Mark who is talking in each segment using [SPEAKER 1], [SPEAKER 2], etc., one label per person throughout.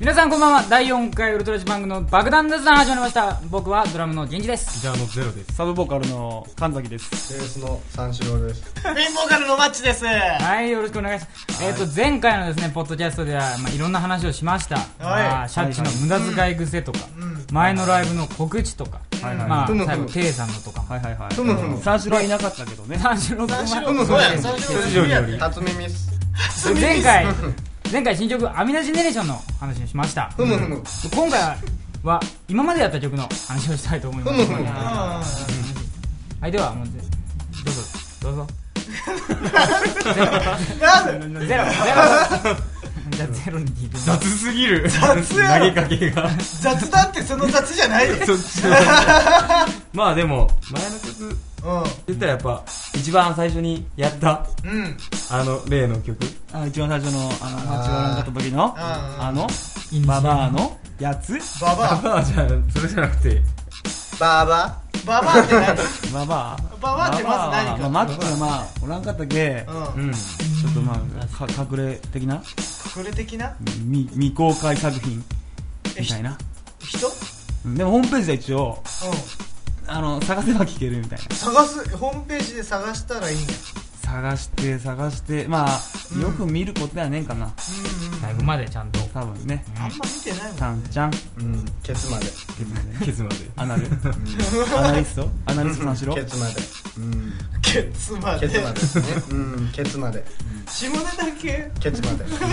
[SPEAKER 1] 皆さんこんばんは第4回ウルトラジパングの爆弾雑談始まりました僕はドラムの源氏です
[SPEAKER 2] じゃあのゼロです。
[SPEAKER 3] サブボーカルの神崎です。
[SPEAKER 4] ベースの三四郎です。
[SPEAKER 5] メインボーカルのマッチです。は
[SPEAKER 1] はい、よろしくお願いします。えっ、と、前回のですね、ポッドキャストでは、まあ、いろんな話をしました。まあ、シャッチの無駄遣い癖とか、前のライブの告知とか、まあ、
[SPEAKER 4] ふむふむ
[SPEAKER 1] 最後、ケイさんのとかも。
[SPEAKER 3] はいはいはい。
[SPEAKER 4] ふむふむ
[SPEAKER 3] 三四郎はいなかったけどね。
[SPEAKER 1] 三四郎君
[SPEAKER 4] ふむ
[SPEAKER 1] は
[SPEAKER 4] ふむ
[SPEAKER 5] 三四郎
[SPEAKER 2] スタジオにより。
[SPEAKER 4] 初耳っす。
[SPEAKER 1] 前回、前回新曲、アミナジェネレーションの話をしました。
[SPEAKER 4] ふむふむ。
[SPEAKER 1] 今回は、今までやった曲の話をしたいと思います。
[SPEAKER 4] ふむふむ
[SPEAKER 1] はい、では、もうぜどうぞ、どうぞ。ゼロ、ゼロ。じゃあ、ゼロに聞いてみます。
[SPEAKER 2] 雑すぎる。
[SPEAKER 5] 雑や
[SPEAKER 2] 投
[SPEAKER 5] ろ
[SPEAKER 2] げかけ が。
[SPEAKER 5] 雑だってその雑じゃないです。
[SPEAKER 2] そっちの。まあでも、前の曲、言ったらやっぱ、一番最初にやった、
[SPEAKER 5] うん。うん。
[SPEAKER 2] あの、例の曲。
[SPEAKER 3] あ一番最初の、あの、八割になった時の、
[SPEAKER 5] あー
[SPEAKER 3] あの、ババアのやつ、
[SPEAKER 5] ババ
[SPEAKER 2] まあじゃあ、それじゃなくて、
[SPEAKER 4] バーバ
[SPEAKER 5] ア。ババアって何
[SPEAKER 3] ババア。
[SPEAKER 5] ババアってまず何
[SPEAKER 3] ババアは
[SPEAKER 5] か。
[SPEAKER 3] まあ、マックがまあ、おらんかったけ、
[SPEAKER 5] うん。
[SPEAKER 2] うん。
[SPEAKER 3] ちょっとまあ、か隠れ的な、
[SPEAKER 5] これ的な
[SPEAKER 3] 未未公開作品、
[SPEAKER 5] え
[SPEAKER 3] みたいな。
[SPEAKER 5] 人うん。
[SPEAKER 3] うんでもホームページで一応、あの、探せば聞けるみたいな。
[SPEAKER 5] 探す、ホームページで探したらいいんだ。
[SPEAKER 3] 探して、探して、まあ、よく見ることやねんかな。
[SPEAKER 5] うんうん。
[SPEAKER 1] 最後までちゃんと。
[SPEAKER 3] 多分ね。
[SPEAKER 5] あんま見てないもん。
[SPEAKER 3] たんちゃん、
[SPEAKER 4] ー。うん。ケツまで。
[SPEAKER 2] ケツまで。
[SPEAKER 3] アナル、アナリストアナリスト三四郎
[SPEAKER 4] ケツまで。うん。
[SPEAKER 5] ケツまで。
[SPEAKER 4] ケツまでですね。うん。ケツまで。
[SPEAKER 5] 下ネタ系
[SPEAKER 4] ケツまで。
[SPEAKER 3] じゃ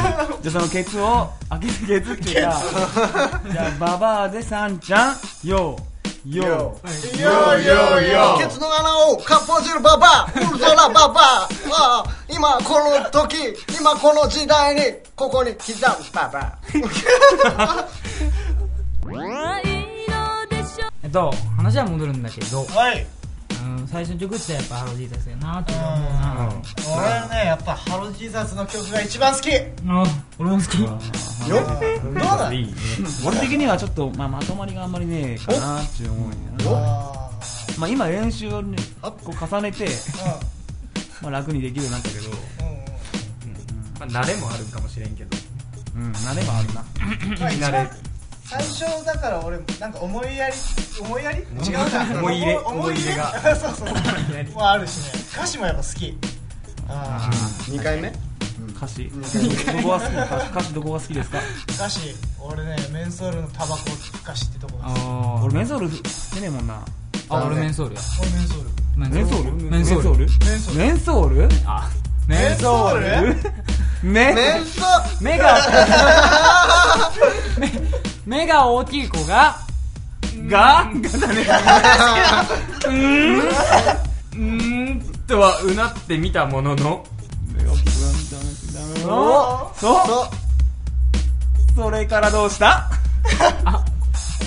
[SPEAKER 3] あそのケツを開けてケツっていうかじゃあババアでさんちゃんよーよ
[SPEAKER 4] よよよケツの穴をかっぽじるババアウルトラババアああ今この時、今この時代に、ここに刻むババア
[SPEAKER 1] えっと、話は戻るんだけど、
[SPEAKER 5] はい。
[SPEAKER 1] うん、最初の曲ってやっぱハロージーザスやなって
[SPEAKER 5] う
[SPEAKER 1] 思うな、
[SPEAKER 5] ん。俺はね、やっぱハロジーザスの曲が一番好き。
[SPEAKER 1] うん、俺も好き
[SPEAKER 4] よ
[SPEAKER 5] どうだ
[SPEAKER 2] いいね。
[SPEAKER 3] 俺的にはちょっと、まあ、まとまりがあんまりねえかなっていう思いやな、
[SPEAKER 5] あ
[SPEAKER 3] まあ、今練習をねこう重ねて、
[SPEAKER 5] ー
[SPEAKER 3] まあ、楽にできるようになったけど、
[SPEAKER 5] うんうんうん
[SPEAKER 2] まあ、慣れもあるかもしれんけど。
[SPEAKER 3] うん、慣れはあるな
[SPEAKER 5] まあ一
[SPEAKER 2] 慣れ
[SPEAKER 5] 番最初だから俺なんか思いやり思いやり違うな
[SPEAKER 2] 思い入れ
[SPEAKER 5] 思い入れ
[SPEAKER 2] 思い入
[SPEAKER 5] そうそうもうあるしね歌詞もやっぱ好きああ
[SPEAKER 4] 二回目
[SPEAKER 3] 歌詞どこが好き歌詞歌詞どこが好きですか
[SPEAKER 5] 歌詞俺ねメンソールのタバコふかしってとこが好き
[SPEAKER 1] あ
[SPEAKER 3] 俺メンソールしてねえもんな
[SPEAKER 1] あ俺メンソールや
[SPEAKER 5] 俺メンソール
[SPEAKER 3] メンソー
[SPEAKER 1] メンソール
[SPEAKER 3] ルメン
[SPEAKER 5] メンソール
[SPEAKER 3] ソール
[SPEAKER 1] あメンソ
[SPEAKER 5] ソー
[SPEAKER 3] メンソールメン
[SPEAKER 4] メンソ
[SPEAKER 1] ール目 が目目が大きい子が
[SPEAKER 3] が
[SPEAKER 2] うーんとはうなってみたものの、
[SPEAKER 3] おそう
[SPEAKER 4] そ
[SPEAKER 3] それからどうした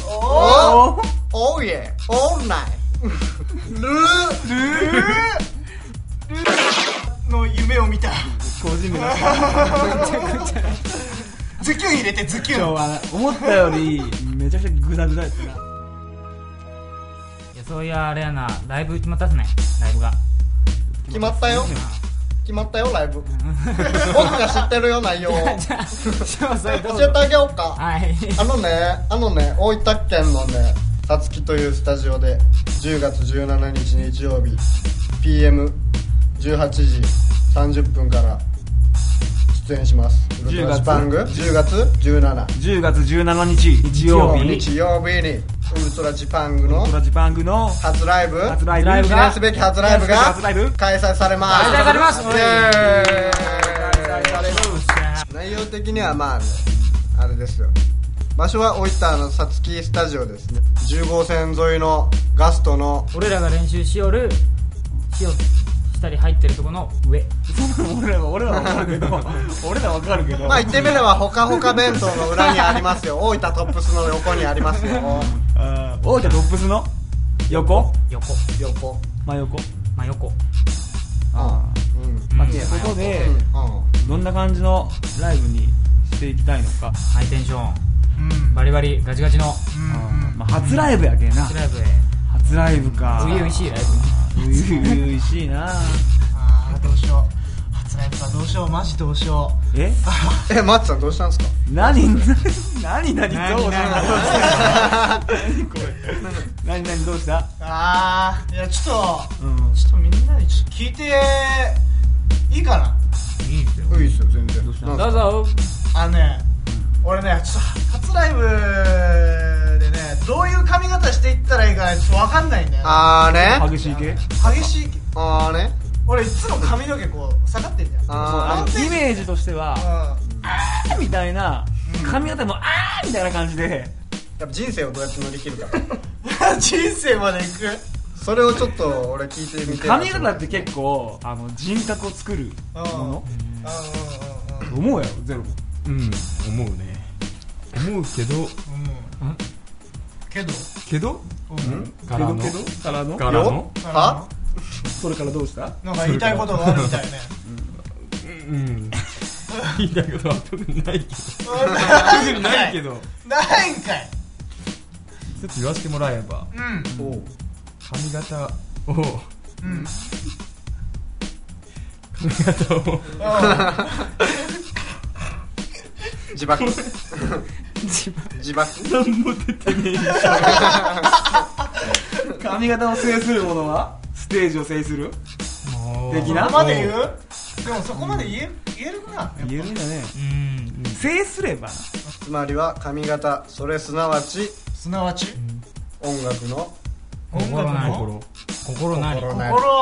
[SPEAKER 4] お
[SPEAKER 3] お
[SPEAKER 4] おうえオールナイルー
[SPEAKER 5] の夢を見た
[SPEAKER 3] 個人名だ
[SPEAKER 5] ズキュン入れてズキ
[SPEAKER 3] 今
[SPEAKER 5] ュ
[SPEAKER 3] 日
[SPEAKER 5] ン
[SPEAKER 3] は思ったよりめちゃくちゃグダグダやったない
[SPEAKER 1] やそういやあれやなライブ決まったっすねライブが
[SPEAKER 4] 決まったよ決まったよライブ僕が知ってるよ内容を
[SPEAKER 1] じゃあ詳細どう
[SPEAKER 4] 教え
[SPEAKER 1] ぞ
[SPEAKER 4] てあげようか
[SPEAKER 1] はい
[SPEAKER 4] あのねあのね大分県のねさつきというスタジオで10月17日日曜日 PM18 時30分から出演しますウルトラスパング10月17
[SPEAKER 3] 10月17日日曜日に
[SPEAKER 4] 日曜日にウルトラジパングの
[SPEAKER 3] トラジパングの
[SPEAKER 4] 初ライブ
[SPEAKER 3] 初ライブ
[SPEAKER 1] ライブ
[SPEAKER 4] 記
[SPEAKER 1] が
[SPEAKER 4] 念すべき初ライブが
[SPEAKER 3] 初ライブ
[SPEAKER 4] 開催されます
[SPEAKER 1] 開催されます
[SPEAKER 4] イ
[SPEAKER 1] おい
[SPEAKER 4] エーイ
[SPEAKER 3] 開催され
[SPEAKER 4] 内容的にはまあねあれですよ場所は大分のさつきスタジオですね10号線沿いのガストの
[SPEAKER 1] 俺らが練習しよるしよしたり入ってるとこの上
[SPEAKER 3] 俺らは俺らは分かるけど俺らは分かるけど
[SPEAKER 4] まあ言ってみればほかほか弁当の裏にありますよ大分トップスの横にありますよ
[SPEAKER 3] あー王者トップスの横
[SPEAKER 1] 横
[SPEAKER 4] 横
[SPEAKER 3] 真横
[SPEAKER 1] 真横
[SPEAKER 4] あうんうん
[SPEAKER 3] まあということでどんな感じのライブにしていきたいのか
[SPEAKER 1] ハイテンション
[SPEAKER 5] うん
[SPEAKER 1] バリバリガチガチの
[SPEAKER 3] うんまあ初ライブやけえな
[SPEAKER 1] ライブへ
[SPEAKER 3] 初初ライブか
[SPEAKER 1] 初々しいライブ
[SPEAKER 3] 初々しいな
[SPEAKER 5] あーどうしよう初ライブかどうしようマジどうしよう
[SPEAKER 3] え
[SPEAKER 4] えマッツさんどうしたんですか
[SPEAKER 3] 何何何何どうした何何どうした
[SPEAKER 5] あーいやちょっと
[SPEAKER 3] うん
[SPEAKER 5] ちょっとみんなにちょっと聞いていいかない
[SPEAKER 4] いですよ全然どうした
[SPEAKER 1] どうぞ
[SPEAKER 5] あのね俺ねちょっと初ライブでねどういう髪型していったらいいかちょっと分かんないんだよ
[SPEAKER 4] あーね
[SPEAKER 3] 激しい系
[SPEAKER 5] 激しい
[SPEAKER 4] あーね
[SPEAKER 5] 俺いつも髪の毛こう下がってんじゃん
[SPEAKER 4] あ
[SPEAKER 3] あ
[SPEAKER 5] ー
[SPEAKER 3] のイメージとしては
[SPEAKER 5] う
[SPEAKER 3] あーみたいな髪型もあーみたいな感じで
[SPEAKER 4] ーやっぱ人生をどうやって乗り切るか
[SPEAKER 5] ん人生までいく
[SPEAKER 4] それをちょっと俺聞いてみて
[SPEAKER 3] 髪型って結構あの人格を作るもの
[SPEAKER 5] うんうんうんうん
[SPEAKER 3] 思うやろゼロ
[SPEAKER 2] うん思うね思うけど
[SPEAKER 5] うんけど
[SPEAKER 2] けど
[SPEAKER 5] うん
[SPEAKER 2] からの
[SPEAKER 3] けどけどからの
[SPEAKER 2] からの
[SPEAKER 4] は
[SPEAKER 3] それからどうした
[SPEAKER 5] なんか言いたいことがあるみたいね
[SPEAKER 2] うん 言いたいことは特にないけど
[SPEAKER 5] な
[SPEAKER 2] 特にないけど
[SPEAKER 5] ないんかい
[SPEAKER 2] ちょっと言わせてもらえば
[SPEAKER 5] うん
[SPEAKER 4] おう
[SPEAKER 2] 髪型を
[SPEAKER 5] うん
[SPEAKER 2] 髪型を
[SPEAKER 4] 自爆自爆
[SPEAKER 2] 何も出てねえし
[SPEAKER 3] 髪型を制するものはステージを制する的
[SPEAKER 5] そ
[SPEAKER 3] な
[SPEAKER 5] こまで言うでもそこまで言え言えるかな
[SPEAKER 3] 言えるんだね
[SPEAKER 1] うん
[SPEAKER 3] 制すれば
[SPEAKER 4] つまりは髪型それすなわち
[SPEAKER 5] すなわち
[SPEAKER 4] 音楽の
[SPEAKER 5] 音楽
[SPEAKER 1] な
[SPEAKER 5] の
[SPEAKER 2] 心
[SPEAKER 1] 心なり
[SPEAKER 4] 心なり
[SPEAKER 5] 心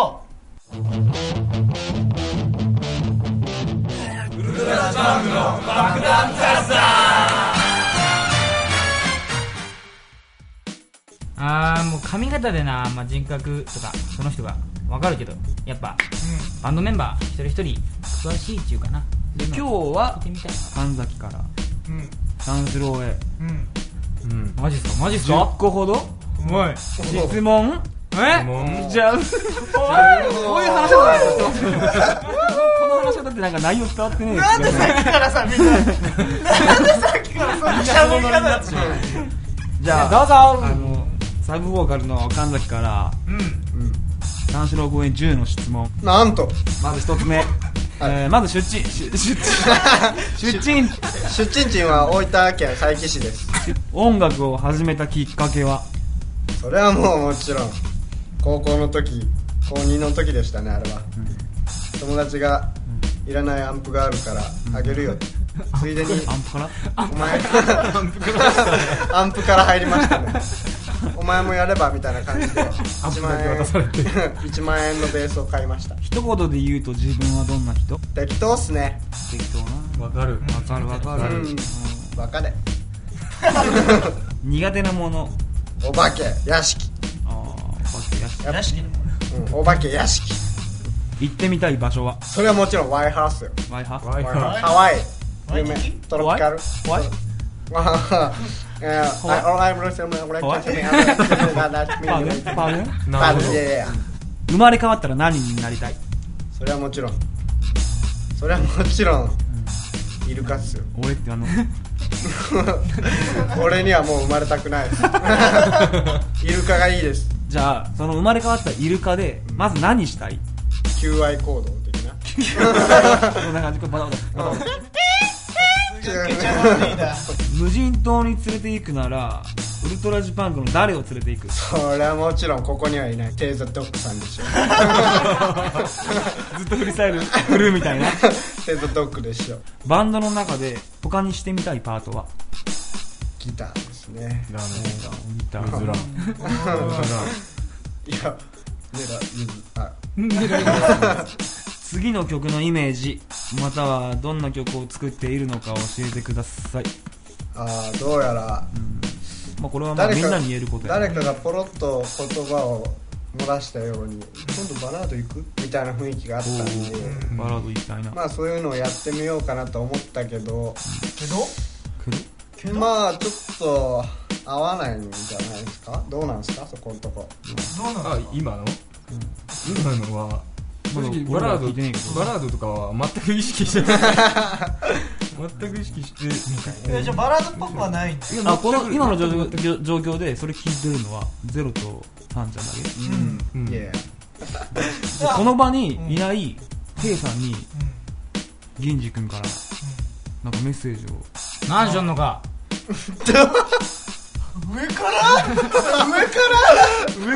[SPEAKER 1] ああもう髪型でな、まあ、人格とかその人が分かるけどやっぱバンドメンバー一人一人詳しいっちゅうかな
[SPEAKER 3] で今日
[SPEAKER 1] 聞
[SPEAKER 3] はい
[SPEAKER 1] てみたい
[SPEAKER 3] 神崎から
[SPEAKER 5] うんうん
[SPEAKER 3] 三四郎へ
[SPEAKER 5] うん
[SPEAKER 2] うん
[SPEAKER 1] なマジっすかマジっす
[SPEAKER 3] 10
[SPEAKER 1] か
[SPEAKER 3] 個ほど
[SPEAKER 1] おい
[SPEAKER 3] 質問
[SPEAKER 1] え
[SPEAKER 2] も
[SPEAKER 3] じゃあこ ういう話だよこの話はだってなんか内容伝わってねえよ
[SPEAKER 5] なんでさっきからさみんななんでさっきからそんな喋り方だった
[SPEAKER 3] じゃあどうぞあのサブボーカルの神崎から
[SPEAKER 5] うん
[SPEAKER 3] 三四郎公演10の質問
[SPEAKER 4] なんと
[SPEAKER 3] まず一 つ目、えーまず出陳出出陳出 陳
[SPEAKER 4] 出陳賃は大分県佐伯市です
[SPEAKER 3] 音楽を始めたきっかけは
[SPEAKER 4] それはもうもちろん高校の時高2の時でしたねあれは、友達がいらないアンプがあるからあげるよって、ついでに
[SPEAKER 3] アンプから
[SPEAKER 4] お前アンプから入りましたねお前もやればみたいな感じで1万円1万円のベースを買いました
[SPEAKER 3] 一言で言うと自分はどんな人
[SPEAKER 4] 適当っすね
[SPEAKER 3] 適当な
[SPEAKER 2] わかる
[SPEAKER 3] わかるわか
[SPEAKER 4] う
[SPEAKER 3] る、
[SPEAKER 4] んバカで
[SPEAKER 3] 苦手なもの
[SPEAKER 4] お化け屋敷、
[SPEAKER 3] あーバッケやし
[SPEAKER 5] 屋敷の
[SPEAKER 4] うん、お化け屋敷
[SPEAKER 3] 行ってみたい場所は
[SPEAKER 4] それはもちろんワイハウスよ
[SPEAKER 3] ワイハ
[SPEAKER 2] ワイ
[SPEAKER 4] ハ
[SPEAKER 2] ハ
[SPEAKER 4] ワイ
[SPEAKER 5] ワイ
[SPEAKER 4] 夢
[SPEAKER 5] ワイキキ
[SPEAKER 4] トロピカル
[SPEAKER 3] ワイ
[SPEAKER 4] ああ、えー、
[SPEAKER 3] 怖い
[SPEAKER 4] I- all I'm listening to-
[SPEAKER 3] 怖い
[SPEAKER 4] I'm listening to- that's
[SPEAKER 3] パーデ
[SPEAKER 4] me.
[SPEAKER 3] ンパーデン
[SPEAKER 2] なるほ
[SPEAKER 4] いやいや
[SPEAKER 3] 生まれ変わったら何になりたい
[SPEAKER 4] それはもちろんそれはもちろんイルカっすよ
[SPEAKER 3] 俺ってあ の
[SPEAKER 4] 俺にはもう生まれたくないですイルカがいいです
[SPEAKER 3] じゃあその生まれ変わったイルカでまず何したい
[SPEAKER 4] 求愛行動的な
[SPEAKER 3] そんな感じこれバタバタバタバタ
[SPEAKER 5] ケチャマリーダー
[SPEAKER 3] 無人島に連れて行くならウルトラジパンクの誰を連れて行くず
[SPEAKER 4] それはもちろんここにはいないテーザドッグさんでしょ
[SPEAKER 3] っとフリースタイル振るみたいな
[SPEAKER 4] テーザドッグでしょ
[SPEAKER 3] バンドの中で他にしてみたいパートは
[SPEAKER 4] ギターですね
[SPEAKER 2] だね
[SPEAKER 3] ギタ
[SPEAKER 2] うずらん
[SPEAKER 4] いやねらゆずあ
[SPEAKER 3] 次の曲のイメージまたはどんな曲を作っているのか教えてください、
[SPEAKER 4] あーどうやら
[SPEAKER 3] まあ、これはまあ
[SPEAKER 4] 誰
[SPEAKER 3] み
[SPEAKER 4] か
[SPEAKER 3] んなに言えることや
[SPEAKER 4] 誰かがポロッと言葉を漏らしたように今度バラード行くみたいな雰囲気があったんで
[SPEAKER 3] おーバラードいきたいな
[SPEAKER 4] まあそういうのをやってみようかなと思ったけど
[SPEAKER 5] けど
[SPEAKER 3] くる
[SPEAKER 4] まあちょっと合わないんじゃないですかどうなんですかそこのとこ
[SPEAKER 5] どうなの
[SPEAKER 2] あ今の今のは正直
[SPEAKER 3] ま
[SPEAKER 2] バ
[SPEAKER 3] だ俺
[SPEAKER 2] ラ
[SPEAKER 3] らは聞いてないけ
[SPEAKER 2] ー
[SPEAKER 3] ど
[SPEAKER 2] ドバラードとかは全く意識してない全く意識してみたい
[SPEAKER 5] えじゃあバラードっぽくはないんだ
[SPEAKER 3] いや
[SPEAKER 2] あこの
[SPEAKER 3] 全く今の状況状況でそれ聞いてるのはゼロとサンちゃんだけ
[SPEAKER 5] うん
[SPEAKER 2] うん
[SPEAKER 4] いや
[SPEAKER 5] いや
[SPEAKER 3] この場にいないケイさんに
[SPEAKER 5] うん
[SPEAKER 3] 銀次君からなんかメッセージを
[SPEAKER 1] 何しよんのか
[SPEAKER 5] 上から上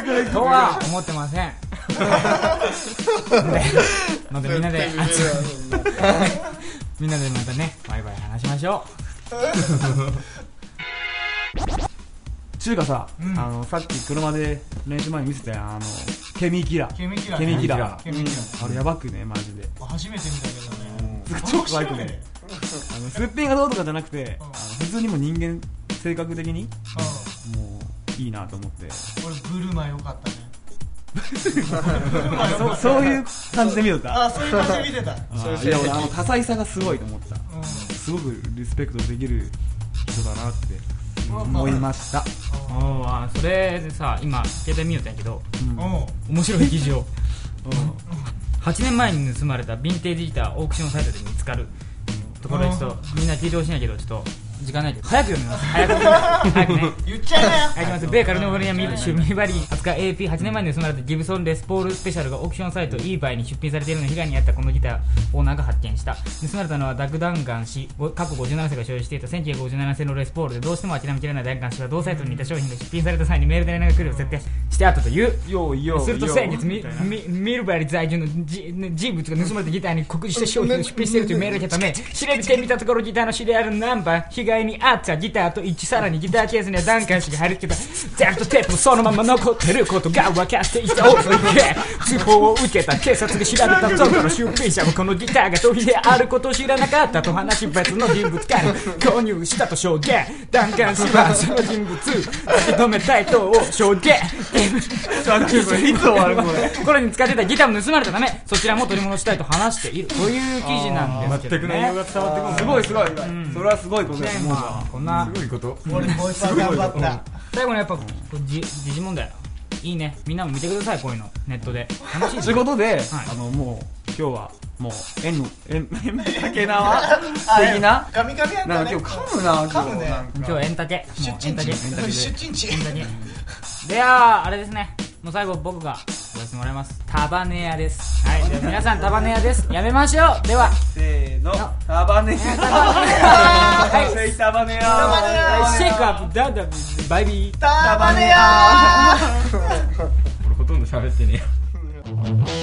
[SPEAKER 5] から
[SPEAKER 1] とは思ってませんま たみんなであちょみんなでまたねワイワイ話しましょ
[SPEAKER 3] 中華さ、
[SPEAKER 5] うん
[SPEAKER 3] あのさっき車で練習前に見せたやんあのケミキラ
[SPEAKER 5] ケミキラ
[SPEAKER 3] ケミキラ
[SPEAKER 5] ケミキラ
[SPEAKER 3] あれやばくねマジで
[SPEAKER 5] 初めて見たけどね
[SPEAKER 3] ちょっと怖くねあのすっぴんがどうとかじゃなくて、
[SPEAKER 5] うん
[SPEAKER 3] あの普通にもう人間性格的にもういいなと思って
[SPEAKER 5] うん俺ブルマ良かったね
[SPEAKER 3] そそういう感じで見とった
[SPEAKER 5] あそういう感じで見てた
[SPEAKER 3] あー
[SPEAKER 4] そういう
[SPEAKER 3] いや
[SPEAKER 4] 成績
[SPEAKER 3] 俺あの多彩さがすごいと思った
[SPEAKER 5] う
[SPEAKER 3] すごくリスペクトできる人だなって
[SPEAKER 5] ん
[SPEAKER 3] 思いました、
[SPEAKER 1] うおーあーそれでさ今携帯見よったんやけど
[SPEAKER 3] うん
[SPEAKER 5] うんうん
[SPEAKER 1] 面白い記事を
[SPEAKER 3] うん
[SPEAKER 1] 8年前に盗まれたヴィンテージギターオークションサイトで見つかるところでちょっとみんな聞いてほしいんやけどちょっと時間ないけど早く読み ます早く早 くね
[SPEAKER 5] 言っちゃいな
[SPEAKER 1] は
[SPEAKER 5] よ
[SPEAKER 1] い、いきます。米カルノフォルニアミシュミバリー扱う AP8 年前に盗まれたギブソンレスポールスペシャルがオークションサイト eBay に出品されているのに被害に遭ったこのギターオーナーが発見した盗まれたのはダグダンガン氏ご過去57世が所有していた1957世のレスポールでどうしても諦めきれないダンガン氏は同サイトに似た商品が出品された際にメールで連絡来るを設定してあったという
[SPEAKER 3] よいよ
[SPEAKER 1] すると先日ミ
[SPEAKER 3] みたいな
[SPEAKER 1] ミミルバリ在住のじ人物が盗まれたギターに酷似した商品を出品しているというメールを受けたため調べてみたところギターの知り合いのナンバー被害に遭ったギターと一致さらにギターケースにはダンカン氏が貼り付けたザルトテープもそのまま残ってることが分かっていたお通報を受けた警察が調べたところ出品者もこのギターが盗品であることを知らなかったと話し別の人物から 購入したと証言ダンカン氏はその人物を突き止めたいと証言
[SPEAKER 3] いつ終わるこれ
[SPEAKER 1] これに使ってたギターも盗まれたためそちらも取り戻したいと話しているという記事なんですけ
[SPEAKER 2] 全
[SPEAKER 1] ど
[SPEAKER 2] く
[SPEAKER 1] ね
[SPEAKER 2] 内容が伝わって
[SPEAKER 3] す
[SPEAKER 2] こ
[SPEAKER 3] ごいすごい、それはすごいことだ
[SPEAKER 1] ね
[SPEAKER 3] と思う
[SPEAKER 1] ま
[SPEAKER 3] わ
[SPEAKER 1] あこんな
[SPEAKER 2] ないすごいこと
[SPEAKER 5] 俺こいつは頑張った
[SPEAKER 1] 最後にやっぱこうじ時事問題いいねみんなも見てくださいこういうのネットで楽しい
[SPEAKER 3] ということで、あ
[SPEAKER 1] い
[SPEAKER 3] のもう今日はもう縁の縁縁竹縄的な
[SPEAKER 5] ガミガミやっ
[SPEAKER 3] な
[SPEAKER 5] た
[SPEAKER 3] んか
[SPEAKER 5] ね
[SPEAKER 3] 今日噛むな
[SPEAKER 5] 噛むね
[SPEAKER 3] 今日
[SPEAKER 1] 今日はエンタケも
[SPEAKER 5] 出
[SPEAKER 1] うエン
[SPEAKER 5] 陳
[SPEAKER 1] タケエン
[SPEAKER 5] 地
[SPEAKER 1] タケ
[SPEAKER 5] 出陳地
[SPEAKER 1] エンタケではあれですねもう最後僕が言わせてもらいますタバネアですはいでは皆さんタバネアですやめましょうでは
[SPEAKER 3] せーのタバネ
[SPEAKER 1] タ
[SPEAKER 3] ア
[SPEAKER 1] バネアはい
[SPEAKER 3] はいタバネ
[SPEAKER 5] バネ
[SPEAKER 3] ア
[SPEAKER 5] ア
[SPEAKER 1] シェイクアップダダバイビー
[SPEAKER 5] タバネア
[SPEAKER 2] 俺ほとんど喋ってねえ